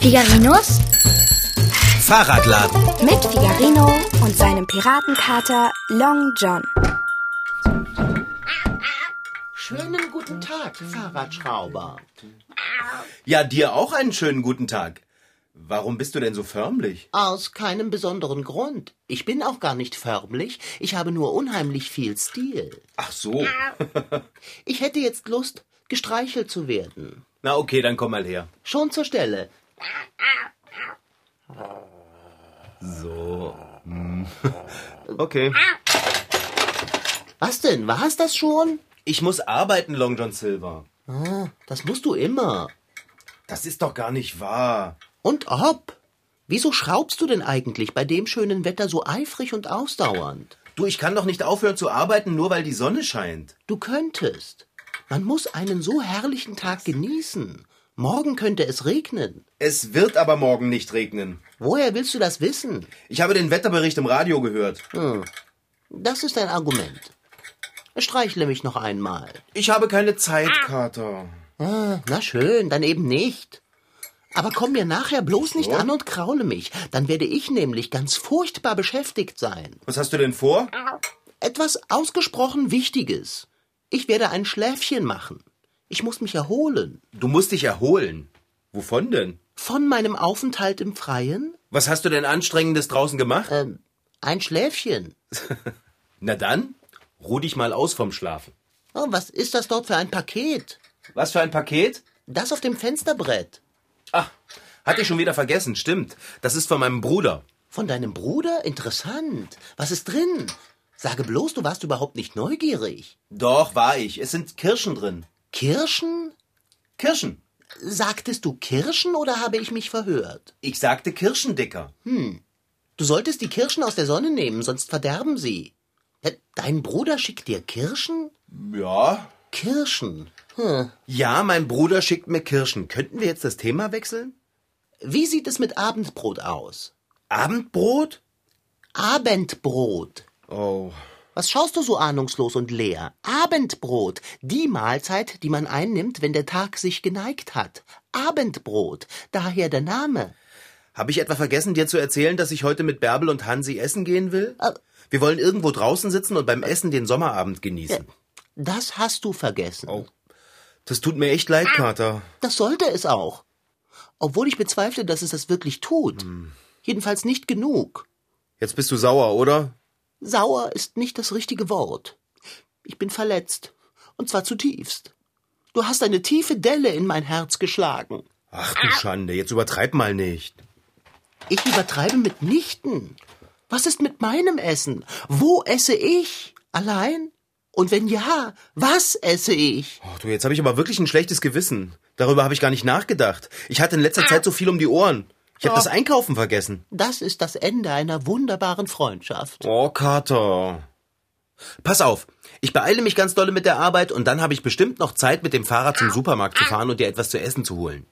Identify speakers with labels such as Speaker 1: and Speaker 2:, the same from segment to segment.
Speaker 1: Figarinos
Speaker 2: Fahrradladen.
Speaker 1: mit Figarino und seinem Piratenkater Long John.
Speaker 3: Schönen guten Tag, Fahrradschrauber.
Speaker 2: Ja, dir auch einen schönen guten Tag. Warum bist du denn so förmlich?
Speaker 3: Aus keinem besonderen Grund. Ich bin auch gar nicht förmlich, ich habe nur unheimlich viel Stil.
Speaker 2: Ach so.
Speaker 3: Ich hätte jetzt Lust, gestreichelt zu werden.
Speaker 2: Na okay, dann komm mal her.
Speaker 3: Schon zur Stelle.
Speaker 2: Okay.
Speaker 3: Was denn, war es das schon?
Speaker 2: Ich muss arbeiten, Long John Silver.
Speaker 3: Ah, das musst du immer.
Speaker 2: Das ist doch gar nicht wahr.
Speaker 3: Und ob? Wieso schraubst du denn eigentlich bei dem schönen Wetter so eifrig und ausdauernd?
Speaker 2: Du, ich kann doch nicht aufhören zu arbeiten, nur weil die Sonne scheint.
Speaker 3: Du könntest. Man muss einen so herrlichen Tag genießen. Morgen könnte es regnen.
Speaker 2: Es wird aber morgen nicht regnen.
Speaker 3: Woher willst du das wissen?
Speaker 2: Ich habe den Wetterbericht im Radio gehört.
Speaker 3: Das ist ein Argument. Streichle mich noch einmal.
Speaker 2: Ich habe keine Zeit, Kater.
Speaker 3: Ah, na schön, dann eben nicht. Aber komm mir nachher bloß nicht an und kraule mich. Dann werde ich nämlich ganz furchtbar beschäftigt sein.
Speaker 2: Was hast du denn vor?
Speaker 3: Etwas ausgesprochen Wichtiges. Ich werde ein Schläfchen machen. Ich muss mich erholen.
Speaker 2: Du musst dich erholen. Wovon denn?
Speaker 3: Von meinem Aufenthalt im Freien?
Speaker 2: Was hast du denn Anstrengendes draußen gemacht?
Speaker 3: Ähm, ein Schläfchen.
Speaker 2: Na dann, ruh dich mal aus vom Schlafen.
Speaker 3: Oh, was ist das dort für ein Paket?
Speaker 2: Was für ein Paket?
Speaker 3: Das auf dem Fensterbrett.
Speaker 2: Ach, hatte ich schon wieder vergessen, stimmt. Das ist von meinem Bruder.
Speaker 3: Von deinem Bruder? Interessant. Was ist drin? Sage bloß, du warst überhaupt nicht neugierig.
Speaker 2: Doch, war ich. Es sind Kirschen drin.
Speaker 3: Kirschen?
Speaker 2: Kirschen.
Speaker 3: Sagtest du Kirschen oder habe ich mich verhört?
Speaker 2: Ich sagte Kirschendicker.
Speaker 3: Du solltest die Kirschen aus der Sonne nehmen, sonst verderben sie. Hä, Dein Bruder schickt dir Kirschen?
Speaker 2: Ja.
Speaker 3: Kirschen. Hm.
Speaker 2: Ja, mein Bruder schickt mir Kirschen. Könnten wir jetzt das Thema wechseln?
Speaker 3: Wie sieht es mit Abendbrot aus?
Speaker 2: Abendbrot?
Speaker 3: Abendbrot.
Speaker 2: Oh.
Speaker 3: Was schaust du so ahnungslos und leer? Abendbrot, die Mahlzeit, die man einnimmt, wenn der Tag sich geneigt hat. Abendbrot, daher der Name.
Speaker 2: Habe ich etwa vergessen, dir zu erzählen, dass ich heute mit Bärbel und Hansi essen gehen will? Wir wollen irgendwo draußen sitzen und beim Essen den Sommerabend genießen.
Speaker 3: Das hast du vergessen.
Speaker 2: Das tut mir echt leid, Kater.
Speaker 3: Das sollte es auch. Obwohl ich bezweifle, dass es das wirklich tut. Jedenfalls nicht genug.
Speaker 2: Jetzt bist du sauer, oder?
Speaker 3: Sauer ist nicht das richtige Wort. Ich bin verletzt. Und zwar zutiefst. Du hast eine tiefe Delle in mein Herz geschlagen.
Speaker 2: Ach du Schande, jetzt übertreib mal nicht.
Speaker 3: Ich übertreibe mitnichten. Was ist mit meinem Essen? Wo esse ich? Allein? Und wenn ja, was esse ich?
Speaker 2: Oh, du, jetzt habe ich aber wirklich ein schlechtes Gewissen. Darüber habe ich gar nicht nachgedacht. Ich hatte in letzter Zeit so viel um die Ohren. Ich habe das Einkaufen vergessen.
Speaker 3: Das ist das Ende einer wunderbaren Freundschaft.
Speaker 2: Oh, Kater. Pass auf, ich beeile mich ganz dolle mit der Arbeit und dann habe ich bestimmt noch Zeit, mit dem Fahrrad zum Supermarkt zu fahren und dir etwas zu essen zu holen.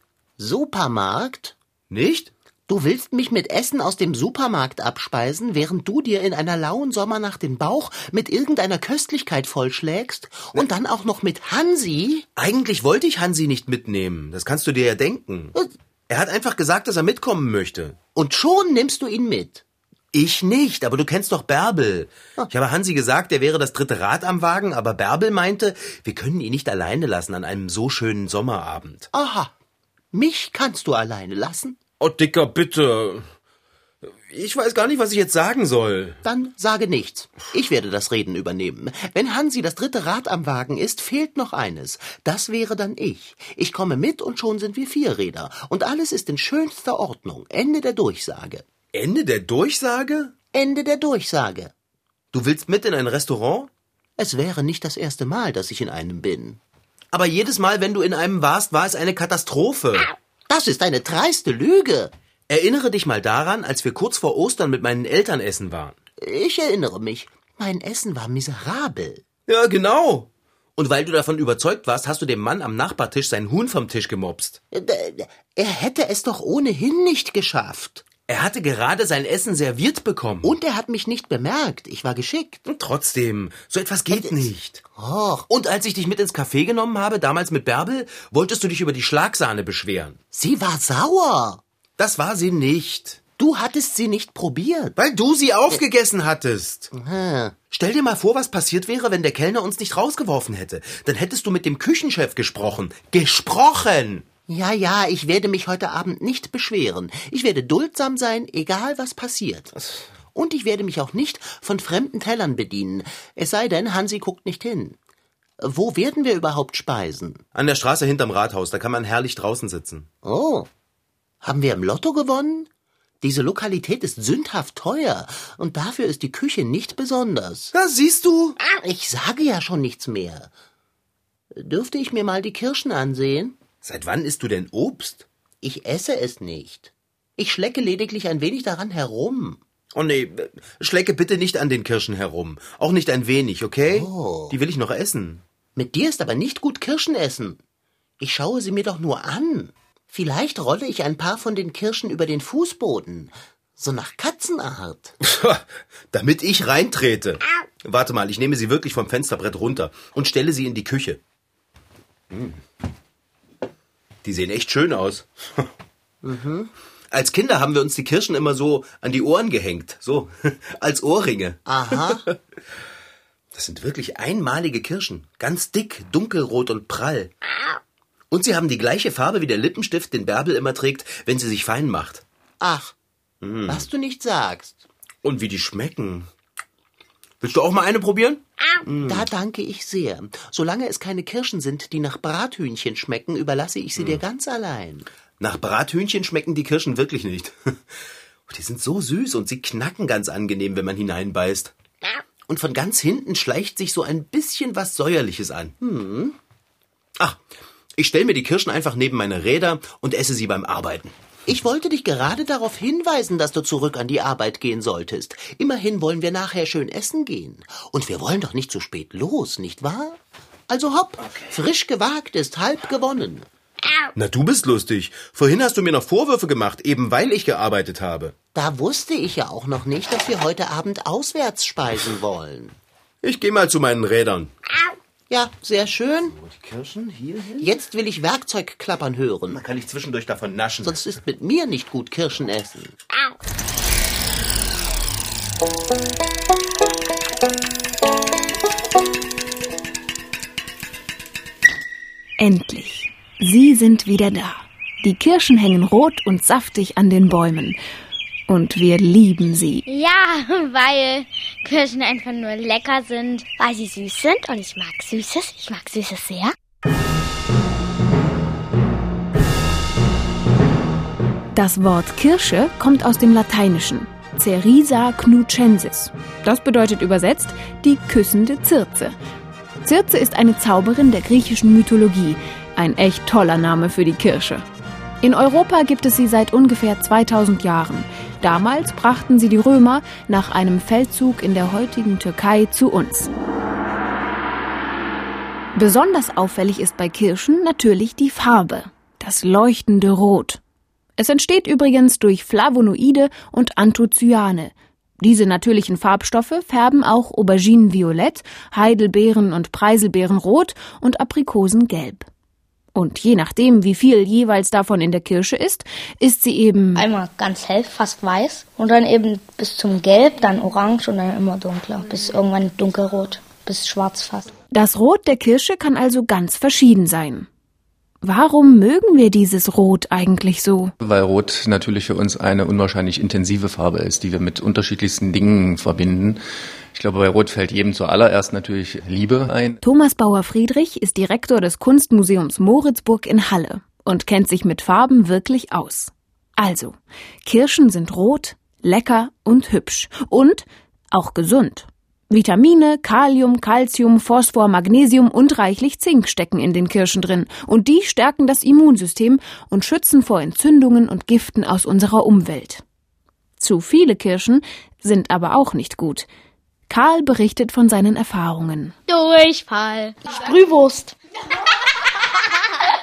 Speaker 3: Supermarkt?
Speaker 2: Nicht?
Speaker 3: Du willst mich mit Essen aus dem Supermarkt abspeisen, während du dir in einer lauen Sommernacht den Bauch mit irgendeiner Köstlichkeit vollschlägst und dann auch noch mit Hansi?
Speaker 2: Eigentlich wollte ich Hansi nicht mitnehmen. Das kannst du dir ja denken. Er hat einfach gesagt, dass er mitkommen möchte.
Speaker 3: Und schon nimmst du ihn mit.
Speaker 2: Ich nicht, aber du kennst doch Bärbel. Ich habe Hansi gesagt, er wäre das dritte Rad am Wagen, aber Bärbel meinte, wir können ihn nicht alleine lassen an einem so schönen Sommerabend.
Speaker 3: Aha. Mich kannst du alleine lassen?
Speaker 2: Oh, Dicker, bitte. Ich weiß gar nicht, was ich jetzt sagen soll.
Speaker 3: Dann sage nichts. Ich werde das Reden übernehmen. Wenn Hansi das dritte Rad am Wagen ist, fehlt noch eines. Das wäre dann ich. Ich komme mit und schon sind wir vier Räder. Und alles ist in schönster Ordnung. Ende der Durchsage.
Speaker 2: Ende der Durchsage?
Speaker 3: Ende der Durchsage.
Speaker 2: Du willst mit in ein Restaurant?
Speaker 3: Es wäre nicht das erste Mal, dass ich in einem bin.
Speaker 2: Aber jedes Mal, wenn du in einem warst, war es eine Katastrophe.
Speaker 3: Das ist eine dreiste Lüge.
Speaker 2: Erinnere dich mal daran, als wir kurz vor Ostern mit meinen Eltern essen waren.
Speaker 3: Ich erinnere mich. Mein Essen war miserabel.
Speaker 2: Ja, genau. Und weil du davon überzeugt warst, hast du dem Mann am Nachbartisch sein Huhn vom Tisch gemobst.
Speaker 3: Er hätte es doch ohnehin nicht geschafft.
Speaker 2: Er hatte gerade sein Essen serviert bekommen.
Speaker 3: Und er hat mich nicht bemerkt. Ich war geschickt.
Speaker 2: Und trotzdem, so etwas geht nicht.
Speaker 3: Och,
Speaker 2: Und als ich dich mit ins Café genommen habe, damals mit Bärbel, wolltest du dich über die Schlagsahne beschweren.
Speaker 3: sie war sauer.
Speaker 2: Das war sie nicht.
Speaker 3: Du hattest sie nicht probiert.
Speaker 2: Weil du sie aufgegessen hattest.
Speaker 3: Hm.
Speaker 2: Stell dir mal vor, was passiert wäre, wenn der Kellner uns nicht rausgeworfen hätte. Dann hättest du mit dem Küchenchef gesprochen. Gesprochen!
Speaker 3: Ja, ja, ich werde mich heute Abend nicht beschweren. Ich werde duldsam sein, egal was passiert. Und ich werde mich auch nicht von fremden Tellern bedienen. Es sei denn, Hansi guckt nicht hin. Wo werden wir überhaupt speisen?
Speaker 2: An der Straße hinterm Rathaus, da kann man herrlich draußen sitzen.
Speaker 3: Oh, haben wir im Lotto gewonnen? Diese Lokalität ist sündhaft teuer und dafür ist die Küche nicht besonders.
Speaker 2: Da siehst du.
Speaker 3: Ah, ich sage ja schon nichts mehr. Dürfte ich mir mal die Kirschen ansehen?
Speaker 2: Seit wann isst du denn Obst?
Speaker 3: Ich esse es nicht. Ich schlecke lediglich ein wenig daran herum.
Speaker 2: Oh nee, schlecke bitte nicht an den Kirschen herum. Auch nicht ein wenig, okay? Die will ich noch essen.
Speaker 3: Mit dir ist aber nicht gut Kirschen essen. Ich schaue sie mir doch nur an. Vielleicht rolle ich ein paar von den Kirschen über den Fußboden. So nach Katzenart.
Speaker 2: Damit ich reintrete. Warte mal, ich nehme sie wirklich vom Fensterbrett runter und stelle sie in die Küche. Hm. Die sehen echt schön aus. Als Kinder haben wir uns die Kirschen immer so an die Ohren gehängt. So, als Ohrringe.
Speaker 3: Aha.
Speaker 2: Das sind wirklich einmalige Kirschen. Ganz dick, dunkelrot und prall. Und sie haben die gleiche Farbe wie der Lippenstift, den Bärbel immer trägt, wenn sie sich fein macht.
Speaker 3: Ach, was du nicht sagst.
Speaker 2: Und wie die schmecken. Willst du auch mal eine probieren? Hm.
Speaker 3: Da danke ich sehr. Solange es keine Kirschen sind, die nach Brathühnchen schmecken, überlasse ich sie dir ganz allein.
Speaker 2: Hm. Nach Brathühnchen schmecken die Kirschen wirklich nicht. Die sind so süß und sie knacken ganz angenehm, wenn man hineinbeißt. Und von ganz hinten schleicht sich so ein bisschen was Säuerliches an. Hm. Ah, Ach, ich stelle mir die Kirschen einfach neben meine Räder und esse sie beim Arbeiten.
Speaker 3: Ich wollte dich gerade darauf hinweisen, dass du zurück an die Arbeit gehen solltest. Immerhin wollen wir nachher schön essen gehen. Und wir wollen doch nicht zu spät los, nicht wahr? Also hopp, frisch gewagt ist halb gewonnen.
Speaker 2: Na, du bist lustig. Vorhin hast du mir noch Vorwürfe gemacht, eben weil ich gearbeitet habe.
Speaker 3: Da wusste ich ja auch noch nicht, dass wir heute Abend auswärts speisen wollen.
Speaker 2: Ich gehe mal zu meinen Rädern.
Speaker 3: Ja, sehr schön.
Speaker 2: Die Kirschen hier hin?
Speaker 3: Jetzt will ich Werkzeug klappern hören.
Speaker 2: Kann ich zwischendurch davon naschen?
Speaker 3: Sonst ist mit mir nicht gut Kirschen essen.
Speaker 4: Endlich. Sie sind wieder da. Die Kirschen hängen rot und saftig an den Bäumen. Und wir lieben sie.
Speaker 5: Ja, weil Kirschen einfach nur lecker sind. Weil sie süß sind und ich mag Süßes. Ich mag Süßes sehr.
Speaker 4: Das Wort Kirsche kommt aus dem Lateinischen. Cerisa knucensis. Das bedeutet übersetzt die küssende Circe. Circe ist eine Zauberin der griechischen Mythologie. Ein echt toller Name für die Kirsche. In Europa gibt es sie seit ungefähr 2000 Jahren. Damals brachten sie die Römer nach einem Feldzug in der heutigen Türkei zu uns. Besonders auffällig ist bei Kirschen natürlich die Farbe, das leuchtende Rot. Es entsteht übrigens durch Flavonoide und Anthocyane. Diese natürlichen Farbstoffe färben auch Auberginen violett, Heidelbeeren und Preiselbeeren rot und Aprikosen gelb. Und je nachdem, wie viel jeweils davon in der Kirsche ist, ist sie eben
Speaker 5: Einmal ganz hell, fast weiß. Und dann eben bis zum Gelb, dann orange und dann immer dunkler. Bis irgendwann dunkelrot. Bis schwarz fast.
Speaker 4: Das Rot der Kirsche kann also ganz verschieden sein. Warum mögen wir dieses Rot eigentlich so?
Speaker 6: Weil Rot natürlich für uns eine unwahrscheinlich intensive Farbe ist, die wir mit unterschiedlichsten Dingen verbinden. Ich glaube, bei Rot fällt jedem zuallererst natürlich Liebe ein.
Speaker 4: Thomas Bauer Friedrich ist Direktor des Kunstmuseums Moritzburg in Halle und kennt sich mit Farben wirklich aus. Also, Kirschen sind rot, lecker und hübsch und auch gesund. Vitamine, Kalium, Calcium, Phosphor, Magnesium und reichlich Zink stecken in den Kirschen drin und die stärken das Immunsystem und schützen vor Entzündungen und Giften aus unserer Umwelt. Zu viele Kirschen sind aber auch nicht gut. Karl berichtet von seinen Erfahrungen.
Speaker 5: Durchfall. Sprühwurst.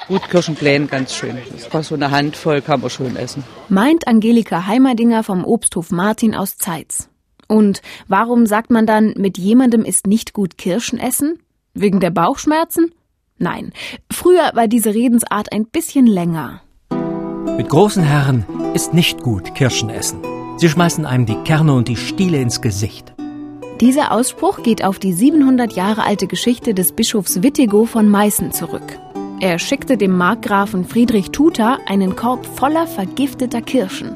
Speaker 7: Gut, Kirschenplänen, ganz schön. Das kostet so eine Handvoll, kann man schön essen.
Speaker 4: meint Angelika Heimerdinger vom Obsthof Martin aus Zeitz. Und warum sagt man dann, mit jemandem ist nicht gut Kirschen essen? Wegen der Bauchschmerzen? Nein, früher war diese Redensart ein bisschen länger.
Speaker 8: Mit großen Herren ist nicht gut Kirschen essen. Sie schmeißen einem die Kerne und die Stiele ins Gesicht.
Speaker 4: Dieser Ausspruch geht auf die 700 Jahre alte Geschichte des Bischofs Wittigo von Meißen zurück. Er schickte dem Markgrafen Friedrich Tuta einen Korb voller vergifteter Kirschen,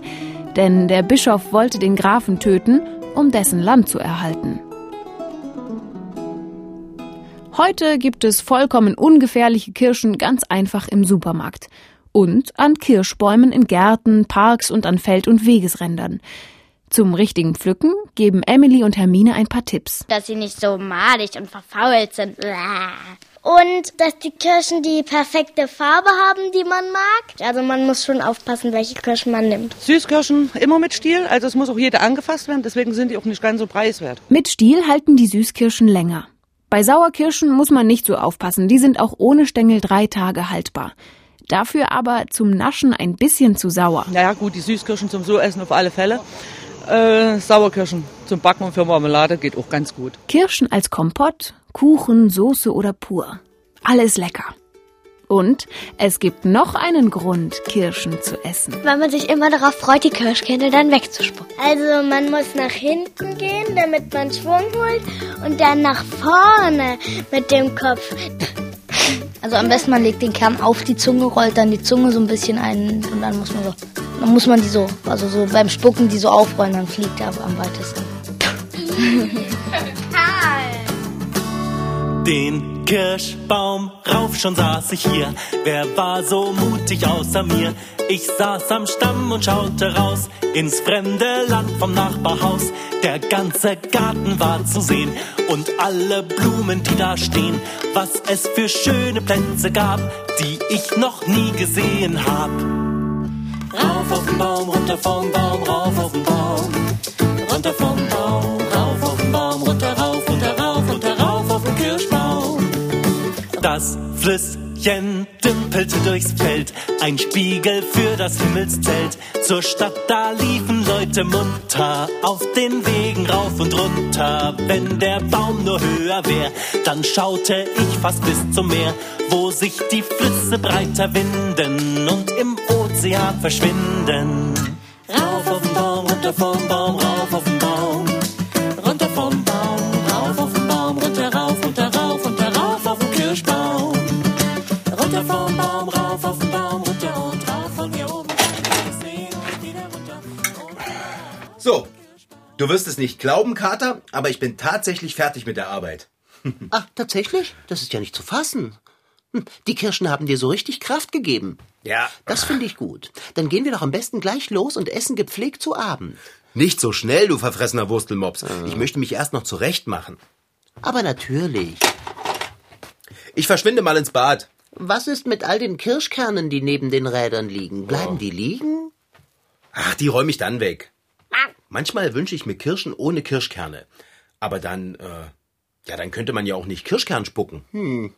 Speaker 4: denn der Bischof wollte den Grafen töten, um dessen Land zu erhalten. Heute gibt es vollkommen ungefährliche Kirschen ganz einfach im Supermarkt und an Kirschbäumen in Gärten, Parks und an Feld- und Wegesrändern. Zum richtigen Pflücken geben Emily und Hermine ein paar Tipps.
Speaker 9: dass sie nicht so madig und verfault sind. Blah. Und dass die Kirschen die perfekte Farbe haben, die man mag. Also man muss schon aufpassen, welche Kirschen man nimmt.
Speaker 7: Süßkirschen immer mit Stiel, also es muss auch jeder angefasst werden, deswegen sind die auch nicht ganz so preiswert.
Speaker 4: Mit Stiel halten die Süßkirschen länger. Bei Sauerkirschen muss man nicht so aufpassen, die sind auch ohne Stängel drei Tage haltbar. Dafür aber zum Naschen ein bisschen zu sauer.
Speaker 7: Naja gut, die Süßkirschen zum so essen auf alle Fälle. Äh, Sauerkirschen zum Backen und für Marmelade geht auch ganz gut.
Speaker 4: Kirschen als Kompott, Kuchen, Soße oder pur. Alles lecker. Und es gibt noch einen Grund, Kirschen zu essen.
Speaker 9: Weil man sich immer darauf freut, die Kirschkerne dann wegzuspucken. Also man muss nach hinten gehen, damit man Schwung holt. Und dann nach vorne mit dem Kopf.
Speaker 5: Also am besten man legt den Kern auf die Zunge, rollt dann die Zunge so ein bisschen ein und dann muss man so, dann muss man die so, also so beim Spucken die so aufrollen, dann fliegt er am weitesten.
Speaker 10: Den Kirschbaum rauf, schon saß ich hier. Wer war so mutig außer mir? Ich saß am Stamm und schaute raus ins fremde Land vom Nachbarhaus. Der ganze Garten war zu sehen und alle Blumen, die da stehen. Was es für schöne Plätze gab, die ich noch nie gesehen hab. Rauf auf den Baum, runter vom Baum, rauf auf den Baum. Runter vom Baum, rauf auf den Baum, runter, rauf, runter, rauf, runter, rauf auf den Kirschbaum. Das Flüsschen dümpelte durchs Feld, ein Spiegel für das Himmelszelt. Zur Stadt da liefen Leute munter, auf den Wegen rauf und runter. Wenn der Baum nur höher wär, dann schaute ich fast bis zum Meer, wo sich die Flüsse breiter winden und im Ozean verschwinden. Rauf auf den Baum, runter vom Baum, rauf auf den Baum. Runter vom Baum, rauf auf den Baum, runter, rauf, runter, rauf, runter, rauf auf den Kirschbaum. Runter vom Baum, rauf auf den Baum, runter und rauf von hier oben.
Speaker 2: So, du wirst es nicht glauben, Kater, aber ich bin tatsächlich fertig mit der Arbeit.
Speaker 3: Ach, tatsächlich? Das ist ja nicht zu fassen. Hm, Die Kirschen haben dir so richtig Kraft gegeben.
Speaker 2: Ja.
Speaker 3: Das finde ich gut. Dann gehen wir doch am besten gleich los und essen gepflegt zu Abend.
Speaker 2: Nicht so schnell, du verfressener Wurstelmops. Ich möchte mich erst noch zurechtmachen.
Speaker 3: Aber natürlich.
Speaker 2: Ich verschwinde mal ins Bad.
Speaker 3: Was ist mit all den Kirschkernen, die neben den Rädern liegen?
Speaker 2: Oh.
Speaker 3: Bleiben die liegen?
Speaker 2: Ach, die räume ich dann weg. Manchmal wünsche ich mir Kirschen ohne Kirschkerne. Aber dann, äh, ja, dann könnte man ja auch nicht Kirschkern spucken. Hm.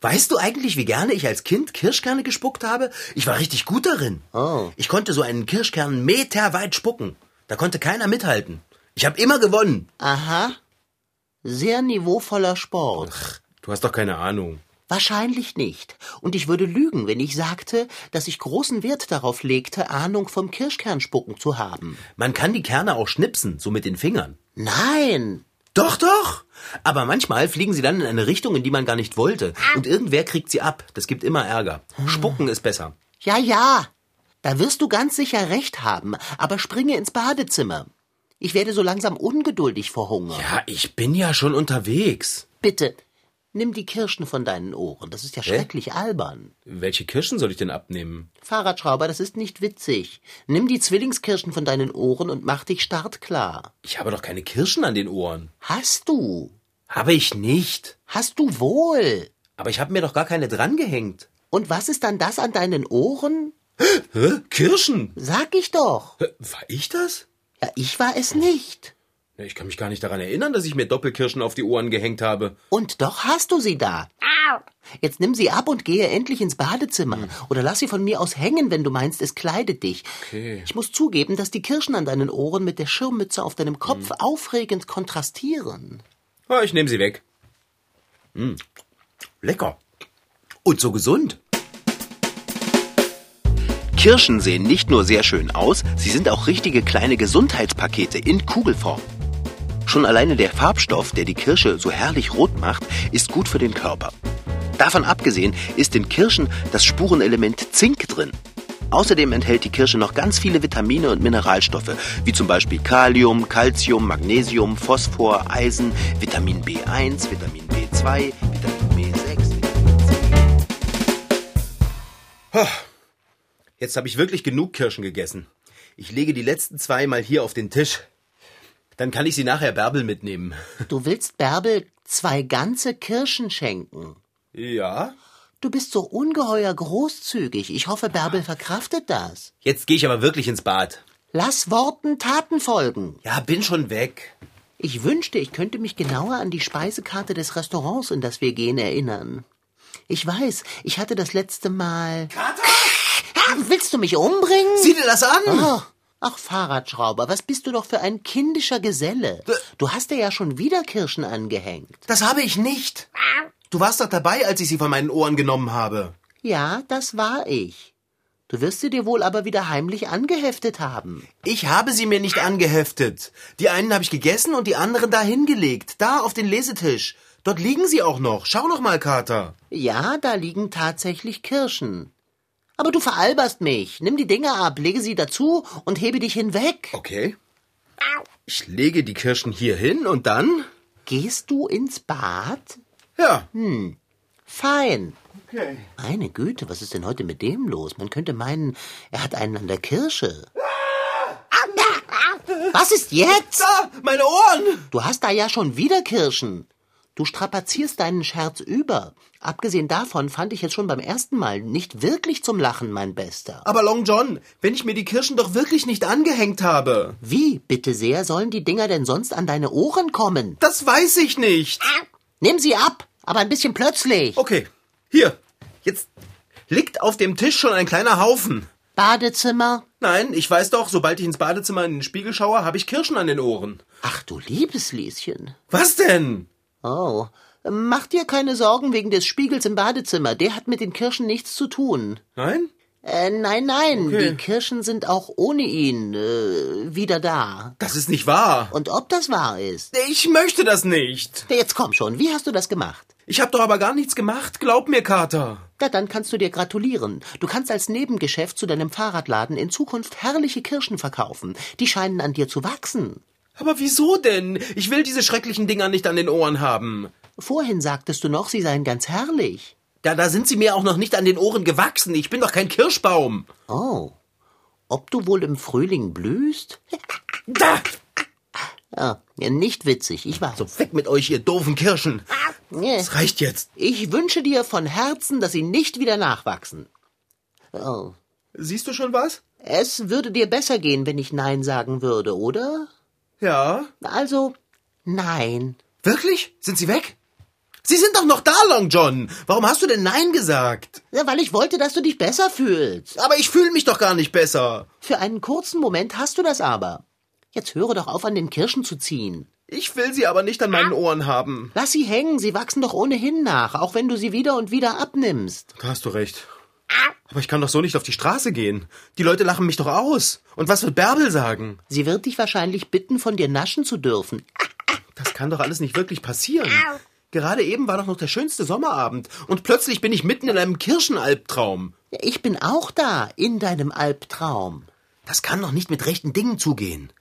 Speaker 2: Weißt du eigentlich, wie gerne ich als Kind Kirschkerne gespuckt habe? Ich war richtig gut darin.
Speaker 3: Oh.
Speaker 2: Ich konnte so einen Kirschkern meterweit spucken. Da konnte keiner mithalten. Ich habe immer gewonnen.
Speaker 3: Aha. Sehr niveauvoller Sport.
Speaker 2: Du hast doch keine Ahnung.
Speaker 3: Wahrscheinlich nicht. Und ich würde lügen, wenn ich sagte, dass ich großen Wert darauf legte, Ahnung vom Kirschkernspucken zu haben.
Speaker 2: Man kann die Kerne auch schnipsen, so mit den Fingern.
Speaker 3: Nein.
Speaker 2: Doch, doch. Aber manchmal fliegen sie dann in eine Richtung, in die man gar nicht wollte. Und irgendwer kriegt sie ab. Das gibt immer Ärger. Spucken ist besser.
Speaker 3: Ja, ja. Da wirst du ganz sicher recht haben, aber springe ins Badezimmer. Ich werde so langsam ungeduldig vor Hunger.
Speaker 2: Ja, ich bin ja schon unterwegs.
Speaker 3: Bitte, nimm die Kirschen von deinen Ohren. Das ist ja schrecklich albern.
Speaker 2: Welche Kirschen soll ich denn abnehmen?
Speaker 3: Fahrradschrauber, das ist nicht witzig. Nimm die Zwillingskirschen von deinen Ohren und mach dich startklar.
Speaker 2: Ich habe doch keine Kirschen an den Ohren.
Speaker 3: Hast du?
Speaker 2: Habe ich nicht.
Speaker 3: Hast du wohl?
Speaker 2: Aber ich habe mir doch gar keine drangehängt.
Speaker 3: Und was ist dann das an deinen Ohren?
Speaker 2: Hä? Kirschen?
Speaker 3: Sag ich doch.
Speaker 2: Hä, War ich das?
Speaker 3: Ja, ich war es nicht.
Speaker 2: Na, Ich kann mich gar nicht daran erinnern, dass ich mir Doppelkirschen auf die Ohren gehängt habe.
Speaker 3: Und doch hast du sie da. Jetzt nimm sie ab und gehe endlich ins Badezimmer. Oder lass sie von mir aus hängen, wenn du meinst, es kleidet dich. Ich muss zugeben, dass die Kirschen an deinen Ohren mit der Schirmmütze auf deinem Kopf aufregend kontrastieren.
Speaker 2: Ah, ich nehme sie weg. Hm. Lecker. Und so gesund.
Speaker 3: Kirschen sehen nicht nur sehr schön aus, sie sind auch richtige kleine Gesundheitspakete in Kugelform. Schon alleine der Farbstoff, der die Kirsche so herrlich rot macht, ist gut für den Körper. Davon abgesehen ist in Kirschen das Spurenelement Zink drin. Außerdem enthält die Kirsche noch ganz viele Vitamine und Mineralstoffe, wie zum Beispiel Kalium, Calcium, Magnesium, Phosphor, Eisen, Vitamin B1, Vitamin B2, Vitamin B6.
Speaker 2: Jetzt habe ich wirklich genug Kirschen gegessen. Ich lege die letzten zwei mal hier auf den Tisch. Dann kann ich sie nachher Bärbel mitnehmen.
Speaker 3: Du willst Bärbel zwei ganze Kirschen schenken.
Speaker 2: Ja?
Speaker 3: Du bist so ungeheuer großzügig. Ich hoffe, Bärbel verkraftet das.
Speaker 2: Jetzt gehe ich aber wirklich ins Bad.
Speaker 3: Lass Worten Taten folgen.
Speaker 2: Ja, bin schon weg.
Speaker 3: Ich wünschte, ich könnte mich genauer an die Speisekarte des Restaurants, in das wir gehen, erinnern. Ich weiß, ich hatte das letzte Mal. Kater! Willst du mich umbringen?
Speaker 2: Sieh dir das an!
Speaker 3: Oh, ach, Fahrradschrauber, was bist du doch für ein kindischer Geselle? Du hast dir ja schon wieder Kirschen angehängt.
Speaker 2: Äh. Das habe ich nicht. Du warst doch dabei, als ich sie von meinen Ohren genommen habe.
Speaker 3: Ja, das war ich. Du wirst sie dir wohl aber wieder heimlich angeheftet haben.
Speaker 2: Ich habe sie mir nicht angeheftet. Die einen habe ich gegessen und die anderen da hingelegt. Da auf den Lesetisch. Dort liegen sie auch noch. Schau noch mal, Kater.
Speaker 3: Ja, da liegen tatsächlich Kirschen. Aber du veralberst mich. Nimm die Dinger ab, lege sie dazu und hebe dich hinweg.
Speaker 2: Okay. Ich lege die Kirschen hier hin und dann?
Speaker 3: Gehst du ins Bad?
Speaker 2: Ja.
Speaker 3: Fein. Okay. Meine Güte, was ist denn heute mit dem los? Man könnte meinen, er hat einen an der Kirsche. Was ist jetzt?
Speaker 2: Da, meine Ohren!
Speaker 3: Du hast da ja schon wieder Kirschen. Du strapazierst deinen Scherz über. Abgesehen davon fand ich es schon beim ersten Mal nicht wirklich zum Lachen, mein Bester.
Speaker 2: Aber Long John, wenn ich mir die Kirschen doch wirklich nicht angehängt habe.
Speaker 3: Wie, bitte sehr, sollen die Dinger denn sonst an deine Ohren kommen?
Speaker 2: Das weiß ich nicht.
Speaker 3: Nimm sie ab, aber ein bisschen plötzlich.
Speaker 2: Okay, hier. Jetzt liegt auf dem Tisch schon ein kleiner Haufen.
Speaker 3: Badezimmer?
Speaker 2: Nein, ich weiß doch, sobald ich ins Badezimmer in den Spiegel schaue, habe ich Kirschen an den Ohren.
Speaker 3: Ach du liebes Lieschen.
Speaker 2: Was denn?
Speaker 3: Oh, mach dir keine Sorgen wegen des Spiegels im Badezimmer. Der hat mit den Kirschen nichts zu tun.
Speaker 2: Nein?
Speaker 3: Äh, nein, nein,
Speaker 2: Okay.
Speaker 3: die Kirschen sind auch ohne ihn äh, wieder da.
Speaker 2: Das ist nicht wahr.
Speaker 3: Und ob das wahr ist?
Speaker 2: Ich möchte das nicht.
Speaker 3: Jetzt komm schon, wie hast du das gemacht?
Speaker 2: Ich habe doch aber gar nichts gemacht, glaub mir, Kater.
Speaker 3: Na, dann kannst du dir gratulieren. Du kannst als Nebengeschäft zu deinem Fahrradladen in Zukunft herrliche Kirschen verkaufen. Die scheinen an dir zu wachsen.
Speaker 2: Aber wieso denn? Ich will diese schrecklichen Dinger nicht an den Ohren haben.
Speaker 3: Vorhin sagtest du noch, sie seien ganz herrlich.
Speaker 2: Da, da sind sie mir auch noch nicht an den Ohren gewachsen. Ich bin doch kein Kirschbaum.
Speaker 3: Oh, ob du wohl im Frühling blühst?
Speaker 2: Da!
Speaker 3: Ja, nicht witzig, ich weiß.
Speaker 2: Weg mit euch, ihr doofen Kirschen.
Speaker 3: Äh.
Speaker 2: Das reicht jetzt.
Speaker 3: Ich wünsche dir von Herzen, dass sie nicht wieder nachwachsen. Oh.
Speaker 2: Siehst du schon was?
Speaker 3: Es würde dir besser gehen, wenn ich Nein sagen würde, oder?
Speaker 2: Ja.
Speaker 3: Also, nein.
Speaker 2: Wirklich? Sind sie weg? Sie sind doch noch da, Long John. Warum hast du denn Nein gesagt?
Speaker 3: Ja, weil ich wollte, dass du dich besser fühlst.
Speaker 2: Aber ich fühle mich doch gar nicht besser.
Speaker 3: Für einen kurzen Moment hast du das aber. Jetzt höre doch auf, an den Kirschen zu ziehen.
Speaker 2: Ich will sie aber nicht an meinen Ohren haben.
Speaker 3: Lass sie hängen, sie wachsen doch ohnehin nach, auch wenn du sie wieder und wieder abnimmst.
Speaker 2: Da hast du recht. Aber ich kann doch so nicht auf die Straße gehen. Die Leute lachen mich doch aus. Und was wird Bärbel sagen?
Speaker 3: Sie wird dich wahrscheinlich bitten, von dir naschen zu dürfen.
Speaker 2: Das kann doch alles nicht wirklich passieren. Gerade eben war doch noch der schönste Sommerabend. Und plötzlich bin ich mitten in einem Kirschenalbtraum.
Speaker 3: Ja, Ich bin auch da, in deinem Albtraum.
Speaker 2: Das kann doch nicht mit rechten Dingen zugehen.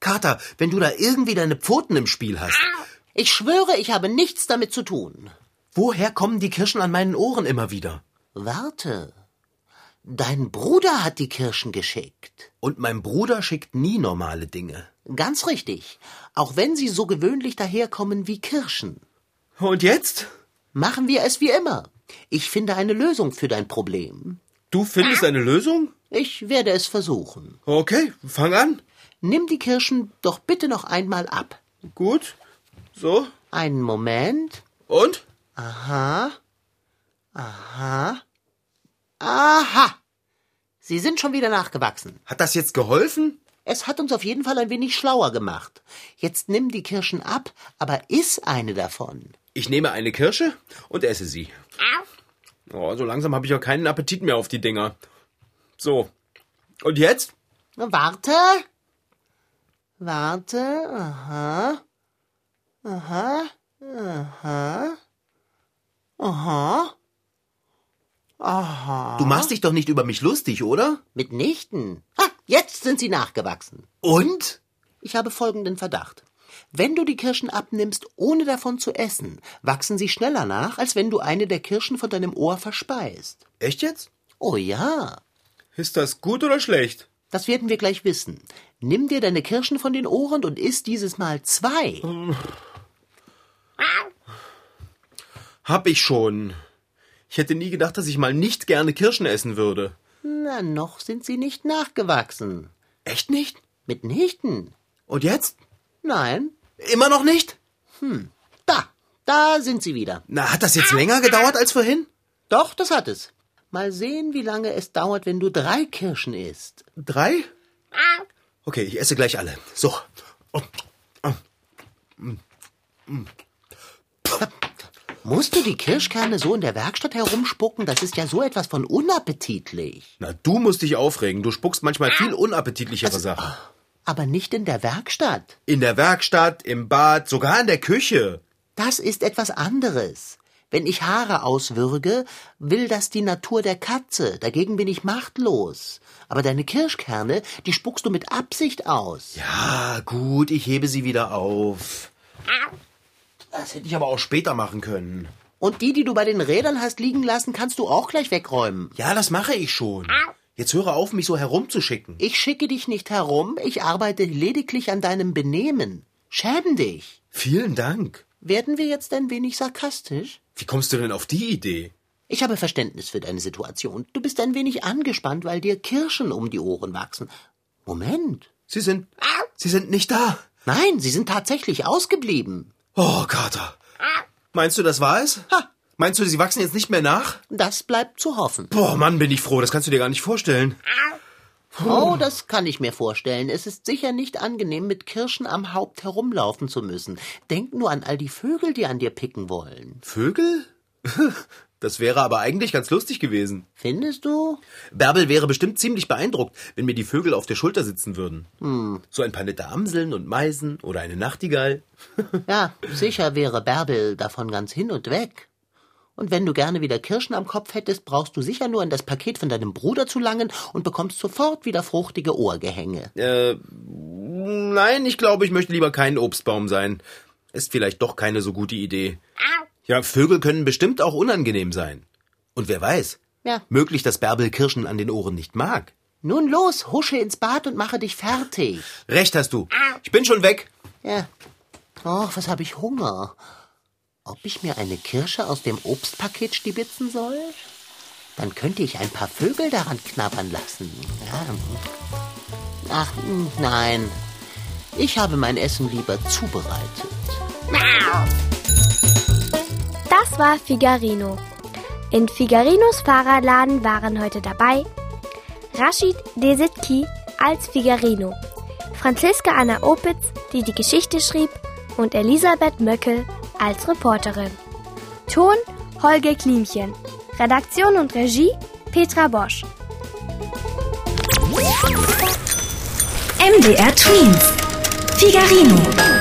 Speaker 2: Kater, wenn du da irgendwie deine Pfoten im Spiel hast,
Speaker 3: Ich schwöre, ich habe nichts damit zu tun.
Speaker 2: woher kommen die Kirschen an meinen Ohren immer wieder?
Speaker 3: Warte. Dein Bruder hat die Kirschen geschickt.
Speaker 2: Und mein Bruder schickt nie normale Dinge.
Speaker 3: Ganz richtig. Auch wenn sie so gewöhnlich daherkommen wie Kirschen.
Speaker 2: Und jetzt?
Speaker 3: Machen wir es wie immer. Ich finde eine Lösung für dein Problem.
Speaker 2: Du findest eine Lösung?
Speaker 3: Ich werde es versuchen.
Speaker 2: Okay, fang an.
Speaker 3: Nimm die Kirschen doch bitte noch einmal ab.
Speaker 2: Gut. So.
Speaker 3: Einen Moment.
Speaker 2: Und?
Speaker 3: Aha. Aha. Aha. Sie sind schon wieder nachgewachsen.
Speaker 2: Hat das jetzt geholfen?
Speaker 3: Es hat uns auf jeden Fall ein wenig schlauer gemacht. Jetzt nimm die Kirschen ab, aber iss eine davon.
Speaker 2: Ich nehme eine Kirsche und esse sie. Oh, so langsam habe ich auch keinen Appetit mehr auf die Dinger. So. Und jetzt?
Speaker 3: Na, Warte. Warte. Aha. Aha. Aha. Aha. Aha.
Speaker 2: Du machst dich doch nicht über mich lustig, oder?
Speaker 3: Mitnichten. Ha, jetzt sind sie nachgewachsen.
Speaker 2: Und?
Speaker 3: Ich habe folgenden Verdacht. Wenn du die Kirschen abnimmst, ohne davon zu essen, wachsen sie schneller nach, als wenn du eine der Kirschen von deinem Ohr verspeist.
Speaker 2: Echt jetzt?
Speaker 3: Oh ja.
Speaker 2: Ist das gut oder schlecht?
Speaker 3: Das werden wir gleich wissen. Nimm dir deine Kirschen von den Ohren und iss dieses Mal zwei.
Speaker 2: Hab ich schon. Ich hätte nie gedacht, dass ich mal nicht gerne Kirschen essen würde.
Speaker 3: Na, noch sind sie nicht nachgewachsen.
Speaker 2: Echt nicht?
Speaker 3: Mitnichten.
Speaker 2: Und jetzt?
Speaker 3: Nein.
Speaker 2: Immer noch nicht?
Speaker 3: Da, da sind sie wieder.
Speaker 2: Na, hat das jetzt länger gedauert als vorhin?
Speaker 3: Doch, das hat es. Mal sehen, wie lange es dauert, wenn du drei Kirschen isst.
Speaker 2: Drei? Okay, ich esse gleich alle. So. Oh,
Speaker 3: Musst du die Kirschkerne so in der Werkstatt herumspucken? Das ist ja so etwas von unappetitlich.
Speaker 2: Na, du musst dich aufregen. Du spuckst manchmal viel unappetitlichere Sachen.
Speaker 3: Aber nicht in der Werkstatt.
Speaker 2: In der Werkstatt, im Bad, sogar in der Küche.
Speaker 3: Das ist etwas anderes. Wenn ich Haare auswürge, will das die Natur der Katze. Dagegen bin ich machtlos. Aber deine Kirschkerne, die spuckst du mit Absicht aus.
Speaker 2: Ja, gut, ich hebe sie wieder auf. Das hätte ich aber auch später machen können.
Speaker 3: Und die, die du bei den Rädern hast liegen lassen, kannst du auch gleich wegräumen.
Speaker 2: Ja, das mache ich schon. Jetzt höre auf, mich so herumzuschicken.
Speaker 3: Ich schicke dich nicht herum, ich arbeite lediglich an deinem Benehmen. Schämen dich.
Speaker 2: Vielen Dank.
Speaker 3: Werden wir jetzt ein wenig sarkastisch?
Speaker 2: Wie kommst du denn auf die Idee?
Speaker 3: Ich habe Verständnis für deine Situation. Du bist ein wenig angespannt, weil dir Kirschen um die Ohren wachsen. Moment.
Speaker 2: Sie sind. Sie sind nicht da.
Speaker 3: Nein, sie sind tatsächlich ausgeblieben.
Speaker 2: Oh, Kater. Meinst du, das war es? Ha. Meinst du, sie wachsen jetzt nicht mehr nach?
Speaker 3: Das bleibt zu hoffen.
Speaker 2: Boah, Mann, bin ich froh. Das kannst du dir gar nicht vorstellen.
Speaker 3: Oh, das kann ich mir vorstellen. Es ist sicher nicht angenehm, mit Kirschen am Haupt herumlaufen zu müssen. Denk nur an all die Vögel, die an dir picken wollen.
Speaker 2: Vögel? Das wäre aber eigentlich ganz lustig gewesen.
Speaker 3: Findest du?
Speaker 2: Bärbel wäre bestimmt ziemlich beeindruckt, wenn mir die Vögel auf der Schulter sitzen würden. So ein paar nette Amseln und Meisen oder eine Nachtigall.
Speaker 3: Ja, sicher wäre Bärbel davon ganz hin und weg. Und wenn du gerne wieder Kirschen am Kopf hättest, brauchst du sicher nur an das Paket von deinem Bruder zu langen und bekommst sofort wieder fruchtige Ohrgehänge.
Speaker 2: Nein, ich glaube, ich möchte lieber kein Obstbaum sein. Ist vielleicht doch keine so gute Idee. Ja, Vögel können bestimmt auch unangenehm sein. Und wer weiß?
Speaker 3: Ja.
Speaker 2: Möglich, dass Bärbel Kirschen an den Ohren nicht mag.
Speaker 3: Nun los, husche ins Bad und mache dich fertig.
Speaker 2: Recht hast du. Ich bin schon weg.
Speaker 3: Ja. Och, was habe ich Hunger. Ob ich mir eine Kirsche aus dem Obstpaket stibitzen soll? Dann könnte ich ein paar Vögel daran knabbern lassen. Ja. Ach, mh, nein. Ich habe mein Essen lieber zubereitet.
Speaker 11: Das war Figarino. In Figarinos Fahrradladen waren heute dabei Rashid Desitki als Figarino, Franziska Anna Opitz, die die Geschichte schrieb, und Elisabeth Möckel als Reporterin. Ton Holger Klimchen. Redaktion und Regie Petra Bosch.
Speaker 1: MDR Twins. Figarino.